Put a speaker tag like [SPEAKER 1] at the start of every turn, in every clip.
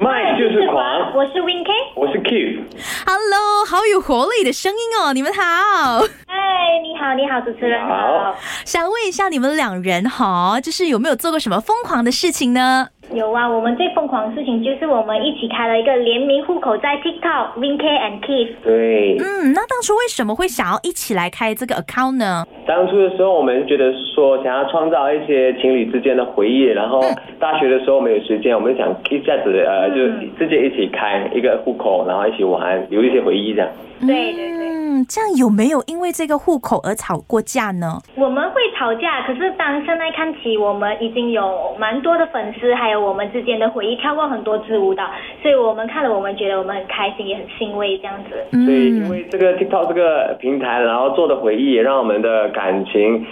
[SPEAKER 1] 就是狂，
[SPEAKER 2] 我是 Win K。
[SPEAKER 1] 我是 Keith。
[SPEAKER 3] Hello，好有活力的声音哦，你们好。
[SPEAKER 2] 嗨，哎你好，你好，主持人好。
[SPEAKER 3] 想问一下你们两人哈，就是有没有做过什么疯狂的事情呢？
[SPEAKER 2] 有啊，我们最疯狂的事情就是我们一起开了一个联名户口在 TikTok Win K and Keith。
[SPEAKER 1] 对，
[SPEAKER 3] 嗯，那当初为什么会想要一起来开这个 account 呢？
[SPEAKER 1] 当初的时候，我们觉得说想要创造一些情侣之间的回忆，然后大学的时候没有时间，我们想一下子呃，就直接一起开一个户口，然后一起玩，留一些回忆这样。
[SPEAKER 2] 对对对，
[SPEAKER 3] 嗯，这样有没有因为这个户口而吵过架呢？
[SPEAKER 2] 我们会吵架，可是当现在看起，我们已经有蛮多的粉丝，还有我们之间的回忆，跳过很多支舞蹈，所以我们看了，我们觉得我们很开心，也很欣慰这样子。
[SPEAKER 3] 嗯
[SPEAKER 1] 所以因为这个 TikTok 这个平台，然后做的回忆，也让我们的感情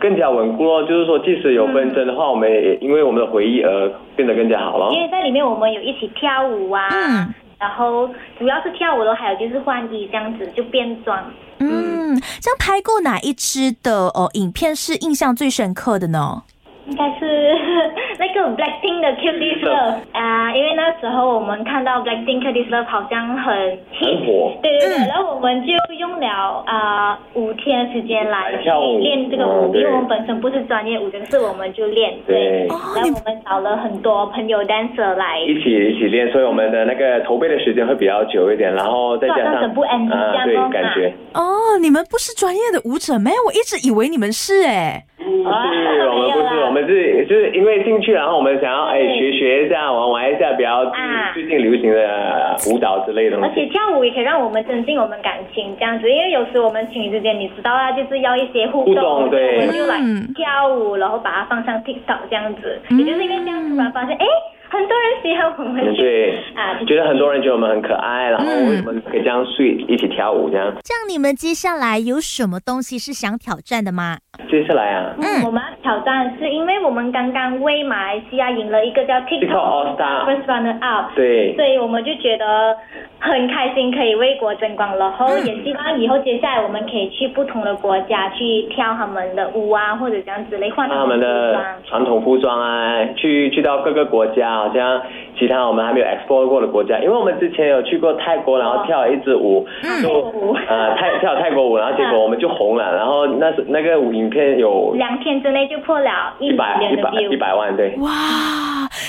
[SPEAKER 1] 更加稳固咯。就是说，即使有纷争的话，我们也因为我们的回忆而变得更加好咯。
[SPEAKER 2] 因为在里面我们有一起跳舞啊，
[SPEAKER 3] 嗯
[SPEAKER 2] 然后主要是跳舞的，还有就是换衣这样子，就变装。
[SPEAKER 3] 嗯，这样拍过哪一支的呃影片是印象最深刻的呢？
[SPEAKER 2] 应该是 那个 Blackpink 的 Cutie Love 啊，因为那时候我们看到 Blackpink Cutie Love 好像很
[SPEAKER 1] 很火
[SPEAKER 2] 对对对，
[SPEAKER 3] 嗯
[SPEAKER 2] 然后我们就用了啊五天的时间来
[SPEAKER 1] 来跳舞
[SPEAKER 2] 练这个
[SPEAKER 1] 嗯
[SPEAKER 2] 舞，
[SPEAKER 1] 对
[SPEAKER 2] 因为我们本身不是专业舞者，可是我们就练
[SPEAKER 1] 对
[SPEAKER 2] 然后我们找了很多朋友 dancer 来
[SPEAKER 1] 一起一起练，所以我们的那个筹备的时间会比较久一点，然后再加
[SPEAKER 2] 做到
[SPEAKER 1] 上
[SPEAKER 2] 整部 MV
[SPEAKER 1] 啊、
[SPEAKER 2] 这样
[SPEAKER 1] 对
[SPEAKER 2] 咯，
[SPEAKER 1] 感觉。
[SPEAKER 3] 哦，你们不是专业的舞者咩？我一直以为你们是哎。
[SPEAKER 2] 哦
[SPEAKER 1] 不是，我们不
[SPEAKER 2] 啊没有
[SPEAKER 1] 是，
[SPEAKER 2] 啦
[SPEAKER 1] 我们是就是因为兴趣，然后我们想要哎
[SPEAKER 2] 对
[SPEAKER 1] 学学一下，玩玩一下比较
[SPEAKER 2] 啊
[SPEAKER 1] 最近流行的呃舞蹈之类的东
[SPEAKER 2] 而且
[SPEAKER 1] 西。
[SPEAKER 2] 跳舞也可以让我们增进我们感情，这样子，因为有时我们情侣之间，你知道啊，就是要一些互动，
[SPEAKER 1] 互动对
[SPEAKER 2] 我们就来
[SPEAKER 3] 嗯
[SPEAKER 2] 跳舞，然后把它放上 TikTok 这样子，也就是因为这样突然发现，哎，很多人喜欢我们
[SPEAKER 1] 嗯，
[SPEAKER 2] 去，
[SPEAKER 1] 对
[SPEAKER 2] 啊，
[SPEAKER 1] 觉得很多人觉得我们很可爱，然后
[SPEAKER 3] 嗯
[SPEAKER 1] 为什么可以这样睡一起跳舞这样？
[SPEAKER 4] 这样你们接下来有什么东西是想挑战的吗？
[SPEAKER 1] 接下来啊
[SPEAKER 2] 嗯，我们要挑战是因为我们刚刚为马来西亚赢了一个叫
[SPEAKER 1] ，TikTok All
[SPEAKER 2] TikTok
[SPEAKER 1] Star，
[SPEAKER 2] First Runner Up。
[SPEAKER 1] 对
[SPEAKER 2] 所以我们就觉得很开心，可以为国争光，然后也希望以后接下来我们可以去不同的国家去跳他们的舞啊，或者这样之类，换
[SPEAKER 1] 那他们
[SPEAKER 2] 的服
[SPEAKER 1] 的
[SPEAKER 2] 装
[SPEAKER 1] 传统服装啊，去去到各个国家，好像其他我们还没有 explore 过的国家，因为我们之前有去过泰国，然后跳了一支舞，
[SPEAKER 2] 泰国舞
[SPEAKER 1] 呃泰跳泰国舞，然后结果我们就红了，然后那是那个舞影片有
[SPEAKER 2] 两天之内就破了一
[SPEAKER 1] 一百
[SPEAKER 2] million
[SPEAKER 1] 一
[SPEAKER 2] 的
[SPEAKER 1] 百
[SPEAKER 2] view。
[SPEAKER 1] 一百万对。
[SPEAKER 3] 哇，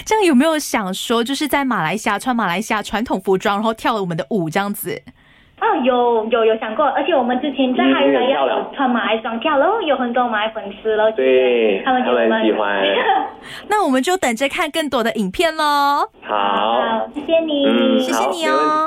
[SPEAKER 3] 这样有没有想说，就是在马来西亚穿马来西亚传统服装，然后跳了我们的舞这样子？
[SPEAKER 2] 哦，有有有想过，而且我们之前在
[SPEAKER 1] 嗯
[SPEAKER 2] 海南
[SPEAKER 1] 也跳了
[SPEAKER 2] 要穿马来装跳，然后有很多马来粉丝了，
[SPEAKER 1] 对
[SPEAKER 2] 他们觉
[SPEAKER 1] 他
[SPEAKER 2] 得
[SPEAKER 1] 们
[SPEAKER 2] 我们
[SPEAKER 1] 喜欢
[SPEAKER 3] 那我们就等着看更多的影片喽。
[SPEAKER 1] 好，
[SPEAKER 2] 好，谢谢你，
[SPEAKER 1] 嗯，
[SPEAKER 3] 谢谢
[SPEAKER 1] 好
[SPEAKER 3] 你
[SPEAKER 1] 没
[SPEAKER 3] 哦
[SPEAKER 1] 问